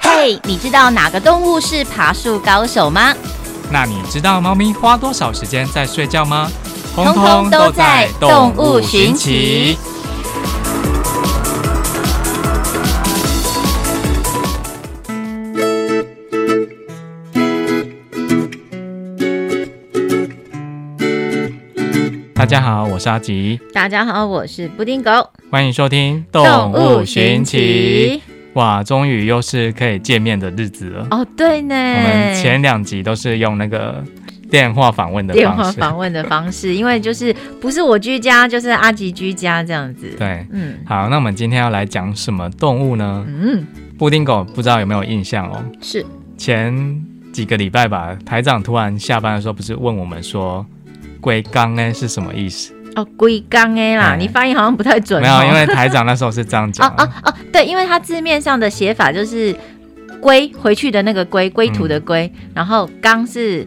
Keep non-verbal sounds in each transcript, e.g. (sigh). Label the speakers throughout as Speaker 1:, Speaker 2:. Speaker 1: 嘿，你知道哪个动物是爬树高手吗？
Speaker 2: 那你知道猫咪花多少时间在睡觉吗？
Speaker 1: 通通都在动物寻奇。
Speaker 2: 大家好，我是阿吉，
Speaker 1: 大家好，我是布丁狗，
Speaker 2: 欢迎收听《
Speaker 1: 寻
Speaker 2: 奇》。哇，终于又是可以见面的日子了。
Speaker 1: 哦，对呢，
Speaker 2: 我们前两集都是用那个电话访问的
Speaker 1: 电
Speaker 2: 方
Speaker 1: 话
Speaker 2: 式，
Speaker 1: 访问的方式，因为就是不是我居家，就是阿吉居家这样子。
Speaker 2: 对。
Speaker 1: 嗯
Speaker 2: 好，那我们今天要来讲什么动物呢？
Speaker 1: 嗯，
Speaker 2: 布丁狗不知道有没有印象哦？
Speaker 1: 是
Speaker 2: 前几个礼拜吧，台长突然下班的时候，不是问我们说“龟缸”呢是什么意思？
Speaker 1: 哦，龟缸哎啦，
Speaker 2: 嗯
Speaker 1: 你发音好像不太准、哦。
Speaker 2: 没有，因为台长那时候是这样
Speaker 1: 哦
Speaker 2: 讲啊的。
Speaker 1: 哦哦，对，因为它字面上的写法就是归回去的那个归，归途的
Speaker 2: 嗯
Speaker 1: 归，然后刚是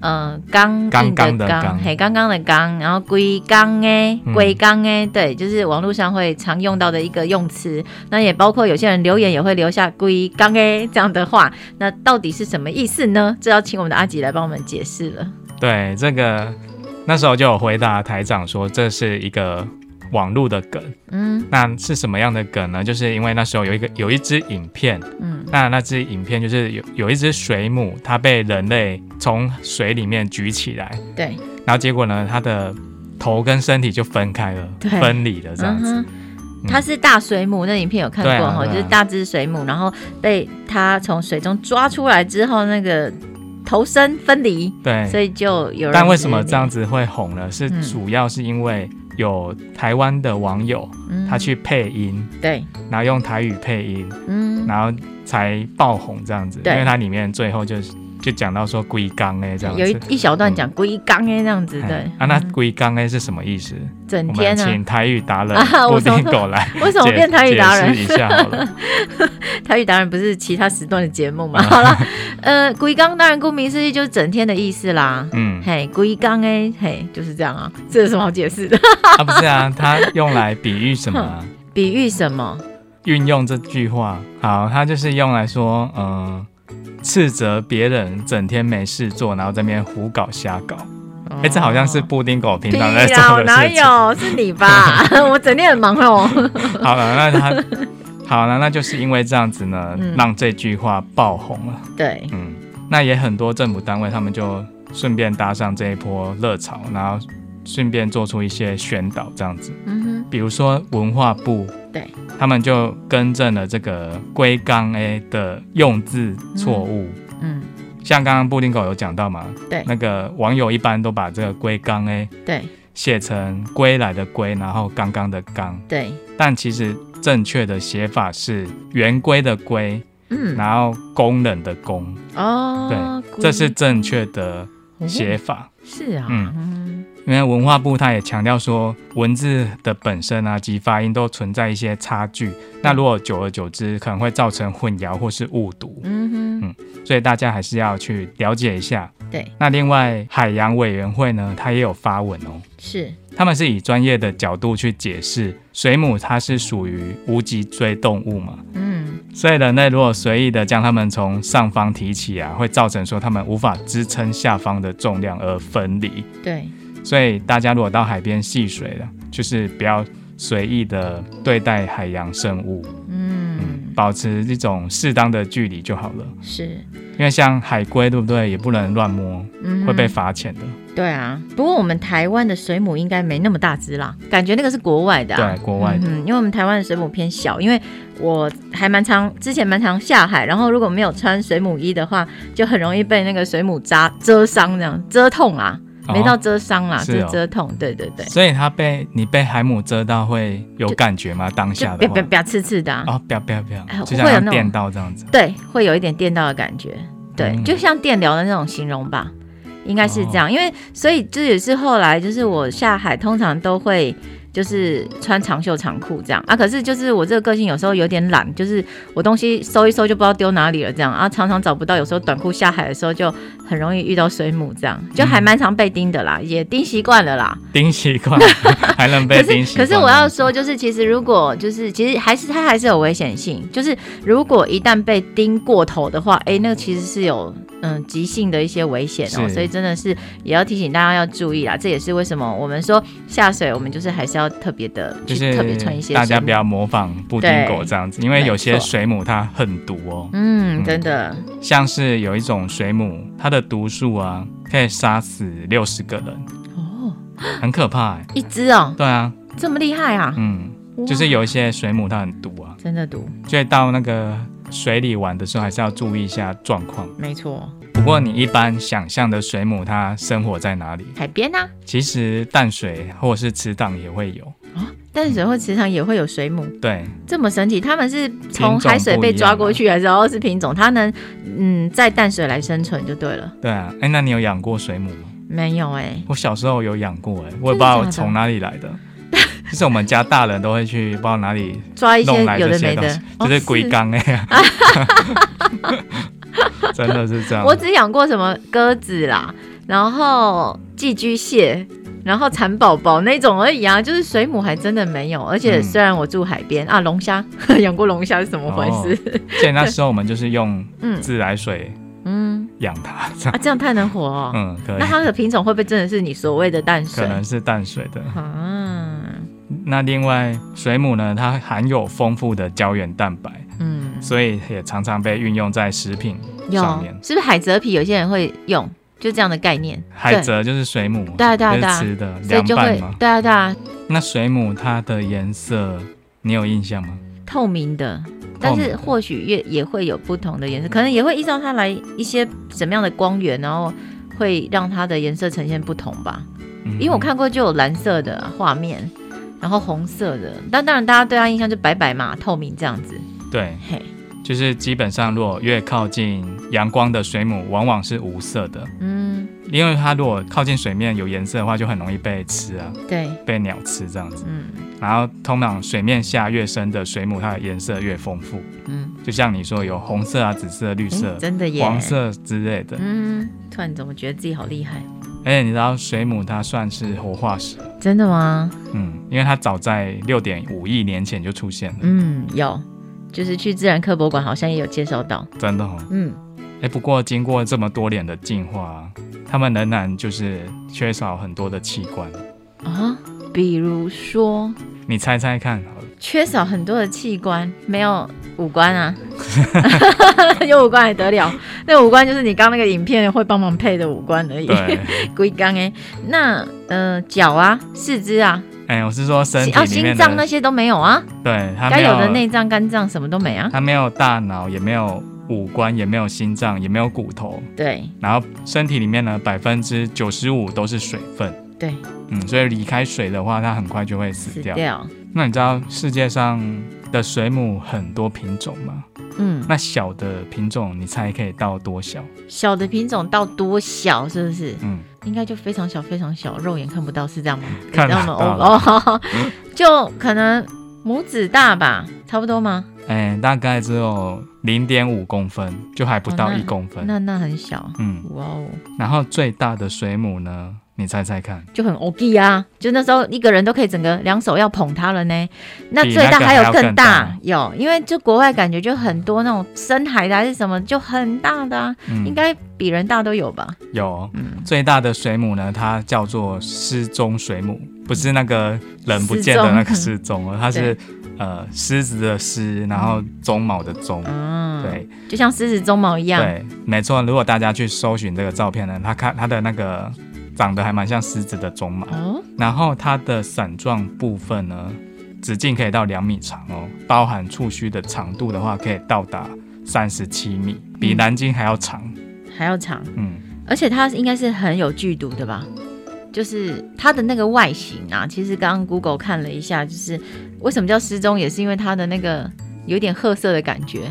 Speaker 1: 嗯刚
Speaker 2: 刚
Speaker 1: 硬
Speaker 2: 刚的
Speaker 1: 的
Speaker 2: 刚
Speaker 1: 刚，嘿刚刚的刚，然后归刚哎
Speaker 2: 嗯
Speaker 1: 归刚哎，对，就是网络上会常用到的一个用词。那也包括有些人留言也会留下归刚哎这样的话，那到底是什么意思呢？这要请我们的阿吉来帮我们解释了。
Speaker 2: 对，这个那时候就有回答台长说这是一个网络的梗。
Speaker 1: 嗯
Speaker 2: 那是什么样的梗呢？就是因为那时候有一个有一支影片，
Speaker 1: 嗯
Speaker 2: 那那支影片就是有有一只水母，它被人类从水里面举起来，
Speaker 1: 对，
Speaker 2: 然后结果呢，它的头跟身体就分开了，
Speaker 1: 对
Speaker 2: 分离了这样子。
Speaker 1: 嗯哼它是大水母，那影片有看
Speaker 2: 对
Speaker 1: 过
Speaker 2: 啊
Speaker 1: 哈、
Speaker 2: 对啊
Speaker 1: 就是大只水母，然后被它从水中抓出来之后，那个头身分离，
Speaker 2: 对，
Speaker 1: 所以就有人。
Speaker 2: 哎但为什么这样？子会红呢？是
Speaker 1: 嗯
Speaker 2: 主要是因为有台湾的网友
Speaker 1: 嗯
Speaker 2: 他去配音，
Speaker 1: 对，
Speaker 2: 然后用台语配音，
Speaker 1: 嗯，
Speaker 2: 然后才爆红这样子。因
Speaker 1: 对
Speaker 2: 为它里面最后就是就讲到说龟缸哎这样子。
Speaker 1: 有一一小段讲龟缸哎那样子，
Speaker 2: 哎
Speaker 1: 对
Speaker 2: 啊，那
Speaker 1: 嗯
Speaker 2: 龟缸哎是什么意思？
Speaker 1: 整
Speaker 2: 我
Speaker 1: 天
Speaker 2: 们
Speaker 1: 呢、
Speaker 2: 请台语达人
Speaker 1: 啊
Speaker 2: 布
Speaker 1: 我
Speaker 2: 丁
Speaker 1: 从
Speaker 2: 狗来
Speaker 1: (laughs) 为什么
Speaker 2: 解
Speaker 1: 变台语达人
Speaker 2: 解释一下好了。
Speaker 1: 台语当然不是其他时段的节目嘛。好
Speaker 2: 啊
Speaker 1: 了， (laughs) 呃，龟缸当然顾名思义就是整天的意思啦。 (laughs)
Speaker 2: 嗯，
Speaker 1: 嘿，龟缸哎，嘿，就是这样啊，这有什么好解释的？ (laughs)
Speaker 2: 啊不是啊，它用来比喻什么啊？
Speaker 1: 比喻什么？
Speaker 2: 运用这句话，好，它就是用来说，嗯、斥责别人整天没事做，然后在那边胡搞瞎搞。哎、这好像是布丁狗平
Speaker 1: 哦屁
Speaker 2: 常在
Speaker 1: 啦，
Speaker 2: 做
Speaker 1: 我
Speaker 2: 的
Speaker 1: 啊哪
Speaker 2: 事情。
Speaker 1: 有？是你吧？
Speaker 2: (laughs)
Speaker 1: 我整天很忙哦。
Speaker 2: 好了，
Speaker 1: (laughs)
Speaker 2: 那它好了，那就是因为这样子呢，
Speaker 1: 嗯
Speaker 2: 让这句话爆红了。
Speaker 1: 对，
Speaker 2: 嗯，那也很多政府单位他们就顺便搭上这一波热潮，然后顺便做出一些宣导这样子。
Speaker 1: 嗯
Speaker 2: 比如说文化部，
Speaker 1: 对，
Speaker 2: 他们就更正了这个“龟缸 A” 的用字错误。
Speaker 1: 哼，嗯，
Speaker 2: 像刚刚布丁狗有讲到嘛，
Speaker 1: 对
Speaker 2: 那个网友一般都把这个“龟缸 A”
Speaker 1: 对
Speaker 2: 写成“归来”的“归”，然后“刚刚”的“刚
Speaker 1: 对，”，
Speaker 2: 但其实正确的写法是“圆规”的“规”，
Speaker 1: 嗯，
Speaker 2: 然后“工人”的“工
Speaker 1: 哦，”，
Speaker 2: 这是正确的
Speaker 1: 哦
Speaker 2: 写法。
Speaker 1: 是啊，嗯
Speaker 2: 因为文化部它也强调说，文字的本身啊及发音都存在一些差距，那如果久而久之可能会造成混淆或是误读，
Speaker 1: 嗯哼，
Speaker 2: 所以大家还是要去了解一下。
Speaker 1: 对，
Speaker 2: 那另外海洋委员会呢，它也有发文哦，
Speaker 1: 是，
Speaker 2: 他们是以专业的角度去解释，水母它是属于无脊椎动物嘛，
Speaker 1: 嗯，
Speaker 2: 所以人类如果随意的将它们从上方提起啊，会造成说它们无法支撑下方的重量而分离。
Speaker 1: 对，
Speaker 2: 所以大家如果到海边戏水了，就是不要随意的对待海洋生物，
Speaker 1: 嗯，
Speaker 2: 保持一种适当的距离就好了。
Speaker 1: 是，
Speaker 2: 因为像海龟，对不对？也不能乱摸，
Speaker 1: 嗯，
Speaker 2: 会被。罚钱的。
Speaker 1: 对啊，不过我们台湾的水母应该没那么大只啦，感觉那个是国外的、啊。
Speaker 2: 对，国外的，
Speaker 1: 嗯，因为我们台湾的水母偏小，因为我还蛮常之前蛮常下海，然后如果没有穿水母衣的话，就很容易被那个水母扎蛰伤，这样蛰痛啊，没到
Speaker 2: 哦
Speaker 1: 蛰伤啦，
Speaker 2: 是
Speaker 1: 就
Speaker 2: 哦
Speaker 1: 蛰痛，对对对，
Speaker 2: 所以它被你被海母蛰到会有感觉吗？当
Speaker 1: 就
Speaker 2: 下的
Speaker 1: 啪啪，
Speaker 2: 话
Speaker 1: 啪刺刺的、啊，
Speaker 2: 哦，不要不要不要
Speaker 1: 哎，
Speaker 2: 就
Speaker 1: 会有那
Speaker 2: 像
Speaker 1: 种
Speaker 2: 电到这样子。
Speaker 1: 对，会有一点电到的感觉，对，
Speaker 2: 嗯
Speaker 1: 就像电疗的那种形容吧，应该是这样，因为所以这也是后来就是我下海通常都会。就是穿长袖长裤这样啊。可是就是我这个个性有时候有点懒，就是我东西收一收就不知道丢哪里了这样啊，常常找不到。有时候短裤下海的时候就很容易遇到水母，这样就还蛮常被叮的啦，也叮习惯了啦。
Speaker 2: 盯
Speaker 1: (laughs)
Speaker 2: 习惯还能被
Speaker 1: 可
Speaker 2: 盯
Speaker 1: 是
Speaker 2: 习惯
Speaker 1: 可是我要说，就是其实如果就是其实还是它还是有危险性，就是如果一旦被叮过头的话，哎、那其实是有嗯急性的一些危险哦、
Speaker 2: 是
Speaker 1: 所以真的是也要提醒大家要注意啦。这也是为什么我们说下水，我们就是还是要特别的
Speaker 2: 就
Speaker 1: 去
Speaker 2: 是
Speaker 1: 特别穿一些水母，
Speaker 2: 大家不要模仿布丁狗
Speaker 1: 对
Speaker 2: 这样子，因为有些
Speaker 1: 没错
Speaker 2: 水母它很毒哦，
Speaker 1: 嗯，
Speaker 2: 嗯
Speaker 1: 真的
Speaker 2: 像是有一种水母，它的毒素啊可以杀死六十个人，
Speaker 1: 哦，
Speaker 2: 很可怕哎、
Speaker 1: 一只哦，
Speaker 2: 对啊，
Speaker 1: 这么厉害啊，
Speaker 2: 嗯，
Speaker 1: 哇
Speaker 2: 就是有一些水母它很毒啊，
Speaker 1: 真的毒，
Speaker 2: 所以到那个水里玩的时候还是要注意一下状况。
Speaker 1: 没错，
Speaker 2: 不过你一般想象的水母它生活在哪里？
Speaker 1: 海边啊，
Speaker 2: 其实淡水或者是池塘也会有，
Speaker 1: 淡水或池塘也会有水母。
Speaker 2: 对，
Speaker 1: 这么神奇？他们是从
Speaker 2: 品种
Speaker 1: 海水
Speaker 2: 不
Speaker 1: 被
Speaker 2: 一
Speaker 1: 抓
Speaker 2: 样
Speaker 1: 过
Speaker 2: 吧
Speaker 1: 去，还是然后是品种？它能嗯在淡水来生存就对了。
Speaker 2: 对啊，哎，那你有养过水母吗？
Speaker 1: 没有哎、
Speaker 2: 我小时候有养过、哎，我也不知道我从哪
Speaker 1: (laughs)
Speaker 2: 里来的，就是我们家大人都会去不知道哪里
Speaker 1: 抓一些
Speaker 2: 弄来
Speaker 1: 哎有
Speaker 2: 这
Speaker 1: 的
Speaker 2: 些
Speaker 1: 没
Speaker 2: 东
Speaker 1: 的
Speaker 2: 西，，就是龟
Speaker 1: 哦。
Speaker 2: 缸哎
Speaker 1: (laughs)
Speaker 2: 呀，真的是这
Speaker 1: 是
Speaker 2: 样。
Speaker 1: 我只养过什么鸽子啦，然后寄居蟹。然后蚕宝宝那种而已啊，就是水母还真的没有。而且
Speaker 2: 嗯
Speaker 1: 虽然我住海边、啊，龙虾 (laughs) 养过龙虾是怎么回事？
Speaker 2: 所以那时候我们就是用
Speaker 1: 嗯
Speaker 2: 自来水
Speaker 1: 嗯
Speaker 2: 养它，这样
Speaker 1: 啊，这样太能活哦。
Speaker 2: 嗯可以
Speaker 1: 那，它的品种会不会真的是你所谓的淡水
Speaker 2: 可？能是淡水的。
Speaker 1: 啊，
Speaker 2: 那另外水母呢，它含有丰富的胶原蛋白，
Speaker 1: 嗯，
Speaker 2: 所以也常常被运用在食品
Speaker 1: 有
Speaker 2: 上面。
Speaker 1: 是不是海蜇皮？有些人会用，就这样的概念。
Speaker 2: 海蜇就是水母，
Speaker 1: 对啊对啊
Speaker 2: 就
Speaker 1: 对
Speaker 2: 是
Speaker 1: 啊
Speaker 2: 吃的
Speaker 1: 对，所以
Speaker 2: 凉
Speaker 1: 就
Speaker 2: 拌
Speaker 1: 会
Speaker 2: 嘛。
Speaker 1: 对啊对啊，
Speaker 2: 那水母它的颜色，你有印象吗？
Speaker 1: 透明的。但
Speaker 2: 透明
Speaker 1: 是
Speaker 2: 的
Speaker 1: 或许也也会有不同的颜色，可能也会依照它来一些什么样的光源，然后会让它的颜色呈现不同吧。
Speaker 2: 嗯
Speaker 1: 因为我看过就有蓝色的画面，然后红色的，但当然大家对它印象就白白嘛，透明这样子。
Speaker 2: 对，
Speaker 1: 嘿，
Speaker 2: 就是基本上如果越靠近阳光的水母，往往是无色的，
Speaker 1: 嗯，
Speaker 2: 因为它如果靠近水面有颜色的话，就很容易被吃啊，
Speaker 1: 对，
Speaker 2: 被鸟吃这样子。
Speaker 1: 嗯
Speaker 2: 然后通常水面下越深的水母，它的颜色越丰富，
Speaker 1: 嗯，
Speaker 2: 就像你说有红色啊、紫色、绿色
Speaker 1: 诶、真的耶，
Speaker 2: 黄，色之类的。
Speaker 1: 嗯，突然怎么觉得自己好厉害？
Speaker 2: 而且你知道水母它算是活化石，
Speaker 1: 真的吗？
Speaker 2: 嗯，因为它早在六点五亿年前就出现了，
Speaker 1: 嗯，有，就是去自然科博馆好像也有介绍到。
Speaker 2: 真的哦。
Speaker 1: 嗯，
Speaker 2: 哎，不过经过这么多年的进化，它们仍然就是缺少很多的器官。
Speaker 1: 啊，比如说
Speaker 2: 你猜猜看好
Speaker 1: (laughs)
Speaker 2: 了，
Speaker 1: 缺少很多的器官，没有五官啊，
Speaker 2: (laughs)
Speaker 1: 有五官还得了？那五官就是你刚那个影片会帮忙配的五官而已。 (laughs)
Speaker 2: 对，
Speaker 1: 龟缸哎，那呃脚啊、四肢啊、
Speaker 2: 哎，我是说身
Speaker 1: 心
Speaker 2: 体
Speaker 1: 啊、
Speaker 2: 里
Speaker 1: 心
Speaker 2: 面
Speaker 1: 脏
Speaker 2: 的，
Speaker 1: 那些都没有啊，
Speaker 2: 对，它
Speaker 1: 该
Speaker 2: 没嗯
Speaker 1: 有的内脏、肝脏什么都没啊。
Speaker 2: 它没有大脑，也没有五官，也没有心脏，也没有骨头，
Speaker 1: 对
Speaker 2: 然后身体里面呢，百分之九十五都是水分。
Speaker 1: 对，
Speaker 2: 嗯，所以离开水的话，它很快就会死
Speaker 1: 死
Speaker 2: 掉。
Speaker 1: 掉。
Speaker 2: 那你知道世界上的水母很多品种吗？
Speaker 1: 嗯，
Speaker 2: 那小的品种，你猜可以到多小？
Speaker 1: 小的品种到多小是不是？
Speaker 2: 嗯，
Speaker 1: 应该就非常小非常小，肉眼看不到，是这样吗？
Speaker 2: 看得
Speaker 1: 我们
Speaker 2: 到
Speaker 1: 哦，哦 (laughs) 就可能拇指大吧，差不多吗？
Speaker 2: 哎、大概只有零点五公分，就还不
Speaker 1: 哦
Speaker 2: 到
Speaker 1: 那
Speaker 2: 一公分。
Speaker 1: 那那很小，
Speaker 2: 嗯，
Speaker 1: 哇哦，
Speaker 2: 然后最大的水母呢？你猜猜看，
Speaker 1: 就很 OK 啊！就那时候一个人都可以整个两手要捧它了呢。那
Speaker 2: 比
Speaker 1: 最大
Speaker 2: 那个还
Speaker 1: 有
Speaker 2: 要
Speaker 1: 更
Speaker 2: 更大
Speaker 1: 有，因为就国外感觉就很多那种深海的还是什么，就很大的啊，
Speaker 2: 嗯，
Speaker 1: 应该比人大都有吧？
Speaker 2: 有。
Speaker 1: 嗯，
Speaker 2: 最大的水母呢，它叫做失踪水母，不是那个人不见的那个失踪哦，它是呃狮子的狮，然后鬃毛的鬃。
Speaker 1: 嗯，，
Speaker 2: 对
Speaker 1: 就像狮子鬃毛一样，
Speaker 2: 对，没错。如果大家去搜寻这个照片呢，它看它的那个长得还蛮像狮子的鬃毛，
Speaker 1: 哦，
Speaker 2: 然后它的伞状部分呢，直径可以到两米长哦，包含触须的长度的话，可以到达三十七米，比
Speaker 1: 嗯
Speaker 2: 南京还要长。
Speaker 1: 还要长。
Speaker 2: 嗯，
Speaker 1: 而且它应该是很有剧毒的吧？就是它的那个外形啊，其实刚刚 Google 看了一下，就是为什么叫失踪，也是因为它的那个有点褐色的感觉。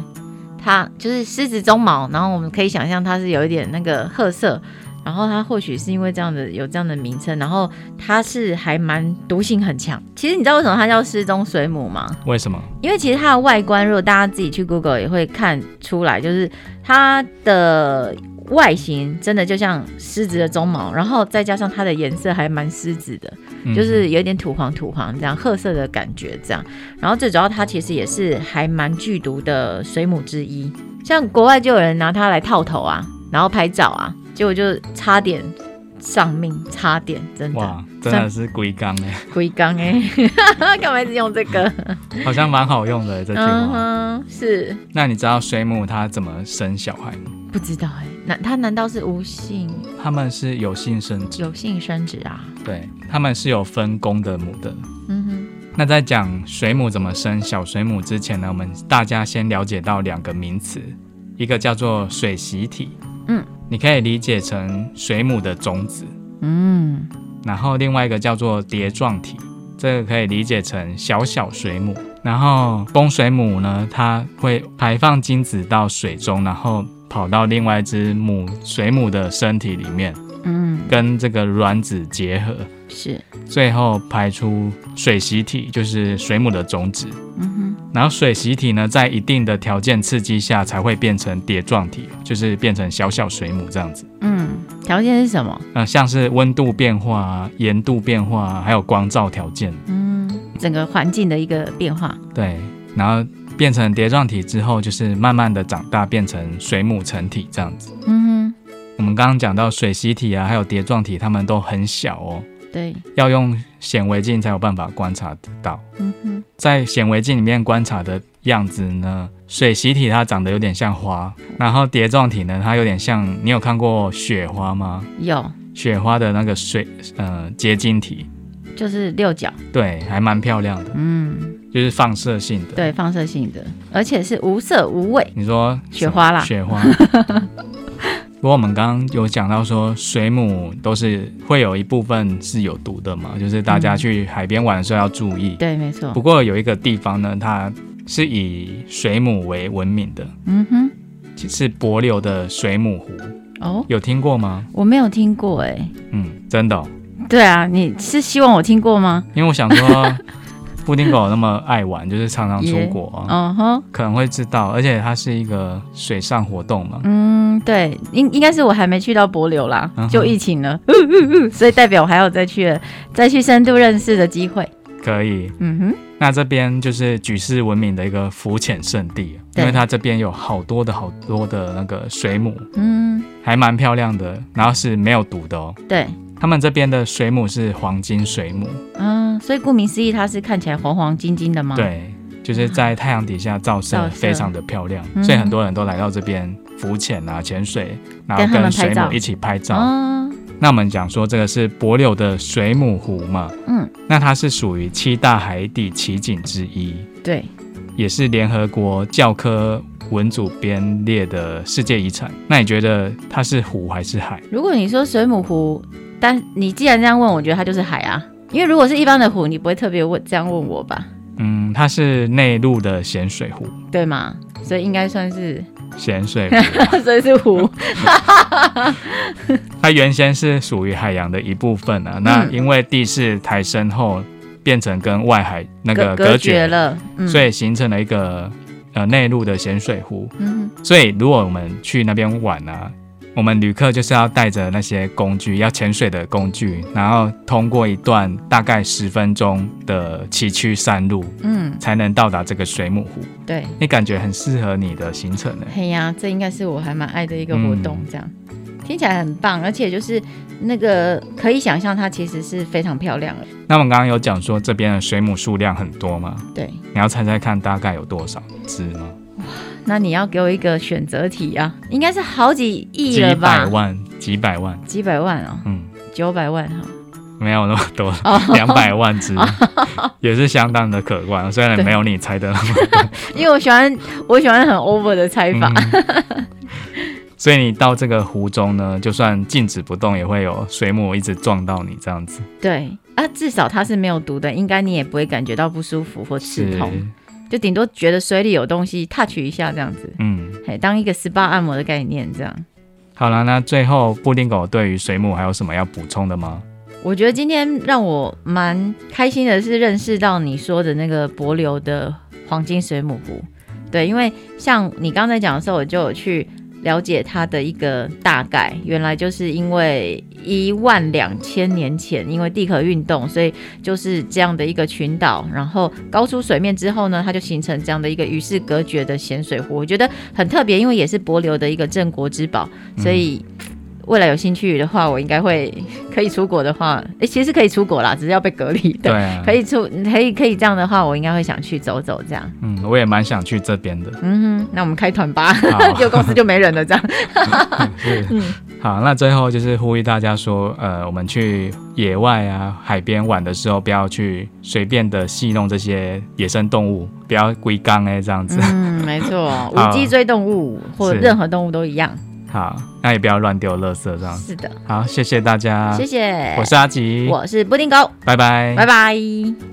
Speaker 1: 它就是狮子鬃毛，然后我们可以想象它是有一点那个褐色，然后它或许是因为这样的有这样的名称，然后它是还蛮毒性很强。其实你知道为什么它叫失踪水母吗？
Speaker 2: 为什么？
Speaker 1: 因为其实它的外观，如果大家自己去 Google 也会看出来，就是它的外形真的就像狮子的鬃毛，然后再加上它的颜色还蛮狮子的，
Speaker 2: 嗯
Speaker 1: 就是有点土黄土黄这样褐色的感觉这样。然后最主要它其实也是还蛮剧毒的水母之一，像国外就有人拿它来套头啊，然后拍照啊，结果就差点丧命，差点真的
Speaker 2: 哇，真的是龟缸欸
Speaker 1: 龟缸哎， (laughs) 干嘛一直用这个？
Speaker 2: 哎，好像蛮好哦用的这句
Speaker 1: 嗯
Speaker 2: 话。
Speaker 1: 哼，是
Speaker 2: 那你知道水母它怎么生小孩吗？
Speaker 1: 不知道哎、难他难道是无性
Speaker 2: 它们是有性生殖，
Speaker 1: 有性生殖啊？
Speaker 2: 对，它们是有分公的母的。
Speaker 1: 嗯哼，
Speaker 2: 那在讲水母怎么生小水母之前呢，我们大家先了解到两个名词，一个叫做水螅体，
Speaker 1: 嗯，
Speaker 2: 你可以理解成水母的种子，
Speaker 1: 嗯，
Speaker 2: 然后另外一个叫做碟状体，这个可以理解成小小水母。然后公水母呢，它会排放精子到水中，然后跑到另外一只母水母的身体里面，
Speaker 1: 嗯，
Speaker 2: 跟这个卵子结合，
Speaker 1: 是，
Speaker 2: 最后排出水螅体，就是水母的种子。
Speaker 1: 嗯哼，
Speaker 2: 然后水螅体呢，在一定的条件刺激下才会变成碟状体，就是变成小小水母这样子。
Speaker 1: 嗯，条件是什么？
Speaker 2: 呃，像是温度变化啊、盐度变化啊，还有光照条件，
Speaker 1: 嗯，整个环境的一个变化。
Speaker 2: 对。然后变成碟状体之后，就是慢慢的长大，变成水母成体这样子。
Speaker 1: 嗯
Speaker 2: 我们刚刚讲到水螅体啊，还有碟状体，它们都很小哦，
Speaker 1: 哼，对，
Speaker 2: 要用显微镜才有办法观察得到。
Speaker 1: 嗯哼，
Speaker 2: 在显微镜里面观察的样子呢，水螅体它长得有点像花，然后碟状体呢，它有点像你有看过雪花吗？
Speaker 1: 有
Speaker 2: 雪花的那个水呃结晶体，
Speaker 1: 就是六角，
Speaker 2: 对，还蛮漂亮的，
Speaker 1: 嗯，
Speaker 2: 就是放射性的。
Speaker 1: 对，放射性的，而且是无色无味。
Speaker 2: 你说
Speaker 1: 雪花啦
Speaker 2: 雪花。 (laughs) 不过我们刚刚有讲到说，水母都是会有一部分是有毒的嘛，就是大家
Speaker 1: 嗯
Speaker 2: 去海边玩的时候要注意。
Speaker 1: 对，没错
Speaker 2: 不。过有一个地方呢，它是以水母为闻名的，
Speaker 1: 嗯哼，
Speaker 2: 是帛琉的水母湖，
Speaker 1: 哦，
Speaker 2: 有听过吗？
Speaker 1: 我没有听过哎、
Speaker 2: 嗯，真的哦、
Speaker 1: 对啊，你是希望我听过吗？
Speaker 2: 因为我想说， (laughs) 布丁狗那么爱玩，就是常常出
Speaker 1: 也
Speaker 2: 国啊、
Speaker 1: 嗯哼，
Speaker 2: 可能会知道，而且它是一个水上活动嘛。
Speaker 1: 嗯，对，应应该是我还没去到博流啦
Speaker 2: 嗯哼，
Speaker 1: 就疫情了， (laughs) 嗯嗯嗯所以代表我还有再去再去深度认识的机会。
Speaker 2: 可以，
Speaker 1: 嗯哼，
Speaker 2: 那这边就是举世闻名的一个浮潜圣地，因
Speaker 1: 对
Speaker 2: 为它这边有好多的好多的那个水母，
Speaker 1: 嗯，
Speaker 2: 还蛮漂亮的，然后是没有毒的哦。
Speaker 1: 对，
Speaker 2: 他们这边的水母是黄金水母，
Speaker 1: 嗯，所以顾名思义，它是看起来黄黄金金的吗？，
Speaker 2: 对，就是在太阳底下照射
Speaker 1: 照射
Speaker 2: 非常的漂亮，
Speaker 1: 嗯
Speaker 2: 所以很多人都来到这边浮潜啊、潜水，然后
Speaker 1: 跟他
Speaker 2: 跟
Speaker 1: 们拍
Speaker 2: 水母
Speaker 1: 照
Speaker 2: 一起拍照。
Speaker 1: 啊，
Speaker 2: 那我们讲说这个是帛琉的水母湖嘛，
Speaker 1: 嗯，
Speaker 2: 那它是属于七大海底奇景之一，
Speaker 1: 对，
Speaker 2: 也是联合国教科文组编列的世界遗产。那你觉得它是湖还是海？
Speaker 1: 如果你说水母湖，但你既然这样问，我觉得它就是海啊，因为如果是一般的湖，你不会特别问这样问我吧，
Speaker 2: 嗯，它是内陆的咸水湖，
Speaker 1: 对吗？所以应该算是， (laughs)
Speaker 2: 咸水湖
Speaker 1: 所以是湖，
Speaker 2: 它原先是属于海洋的一部分
Speaker 1: 嗯
Speaker 2: 啊。那因为地势抬升后，变成跟外海那个
Speaker 1: 隔
Speaker 2: 隔
Speaker 1: 绝
Speaker 2: 绝，
Speaker 1: 了，嗯，
Speaker 2: 所以形成了一个呃内陆的咸水湖。
Speaker 1: 嗯
Speaker 2: 所以如果我们去那边玩啊，我们旅客就是要带着那些工具，要潜水的工具，然后通过一段大概十分钟的崎岖山路，
Speaker 1: 嗯，
Speaker 2: 才能到达这个水母湖。
Speaker 1: 对。
Speaker 2: 你感觉很适合你的行程呢、
Speaker 1: 嘿呀，这应该是我还蛮爱的一个活动，这样、
Speaker 2: 嗯
Speaker 1: 听起来很棒，而且就是那个可以想象它其实是非常漂亮的，
Speaker 2: 那我们刚刚有讲说这边的水母数量很多吗？
Speaker 1: 对。
Speaker 2: 你要猜猜看大概有多少只吗？
Speaker 1: 那你要给我一个选择题啊，应该是好几亿
Speaker 2: 几
Speaker 1: 了
Speaker 2: 百
Speaker 1: 吧？
Speaker 2: 万，几百万，
Speaker 1: 几百万哦，
Speaker 2: 嗯，
Speaker 1: 九百万哈、
Speaker 2: 没有那么多，
Speaker 1: 哦
Speaker 2: (laughs) 两百万只， (laughs) 也是相当的可观。虽然
Speaker 1: 对
Speaker 2: 没有你猜的那么
Speaker 1: 因为我喜欢我喜欢很 over 的猜法，
Speaker 2: 嗯 (laughs) 所以你到这个湖中呢，就算静止不动，也会有水母一直撞到你这样子。
Speaker 1: (laughs) 对啊，至少它是没有毒的，应该你也不会感觉到不舒服或刺痛，就顶多觉得水里有东西 touch 一下这样子，
Speaker 2: 嗯，
Speaker 1: 嘿，当一个 SPA 按摩的概念这样，
Speaker 2: 好了，那最后布丁狗对于水母还有什么要补充的吗？
Speaker 1: 我觉得今天让我蛮开心的是认识到你说的那个帛琉的黄金水母湖，对，因为像你刚才讲的时候，我就有去了解它的一个大概，原来就是因为一万两千年前，因为地壳运动，所以就是这样的一个群岛，然后高出水面之后呢，它就形成这样的一个与世隔绝的咸水湖，我觉得很特别，因为也是帛琉的一个镇国之宝，所以。未来有兴趣的话，我应该会可以出国的话，诶，其实是可以出国啦，只是要被隔离的。
Speaker 2: 啊
Speaker 1: 可以出，可以可以这样的话，我应该会想去走走这样。
Speaker 2: 嗯，我也蛮想去这边的。
Speaker 1: 嗯哼，那我们开团吧，
Speaker 2: 好
Speaker 1: (laughs) 就公司就没人了这样。
Speaker 2: 是，好，那最后就是呼吁大家说，呃，我们去野外啊、海边玩的时候，不要去随便的戏弄这些野生动物，不要龟缸哎这样子。
Speaker 1: 嗯， (laughs) 没错，无脊椎动物或
Speaker 2: 是
Speaker 1: 任何动物都一样。
Speaker 2: 好，那也不要乱丢垃圾这样。
Speaker 1: 是的，
Speaker 2: 好，谢谢大家，
Speaker 1: 谢谢。
Speaker 2: 我是阿吉，哎
Speaker 1: 我是布丁狗，
Speaker 2: 拜拜，
Speaker 1: 拜拜。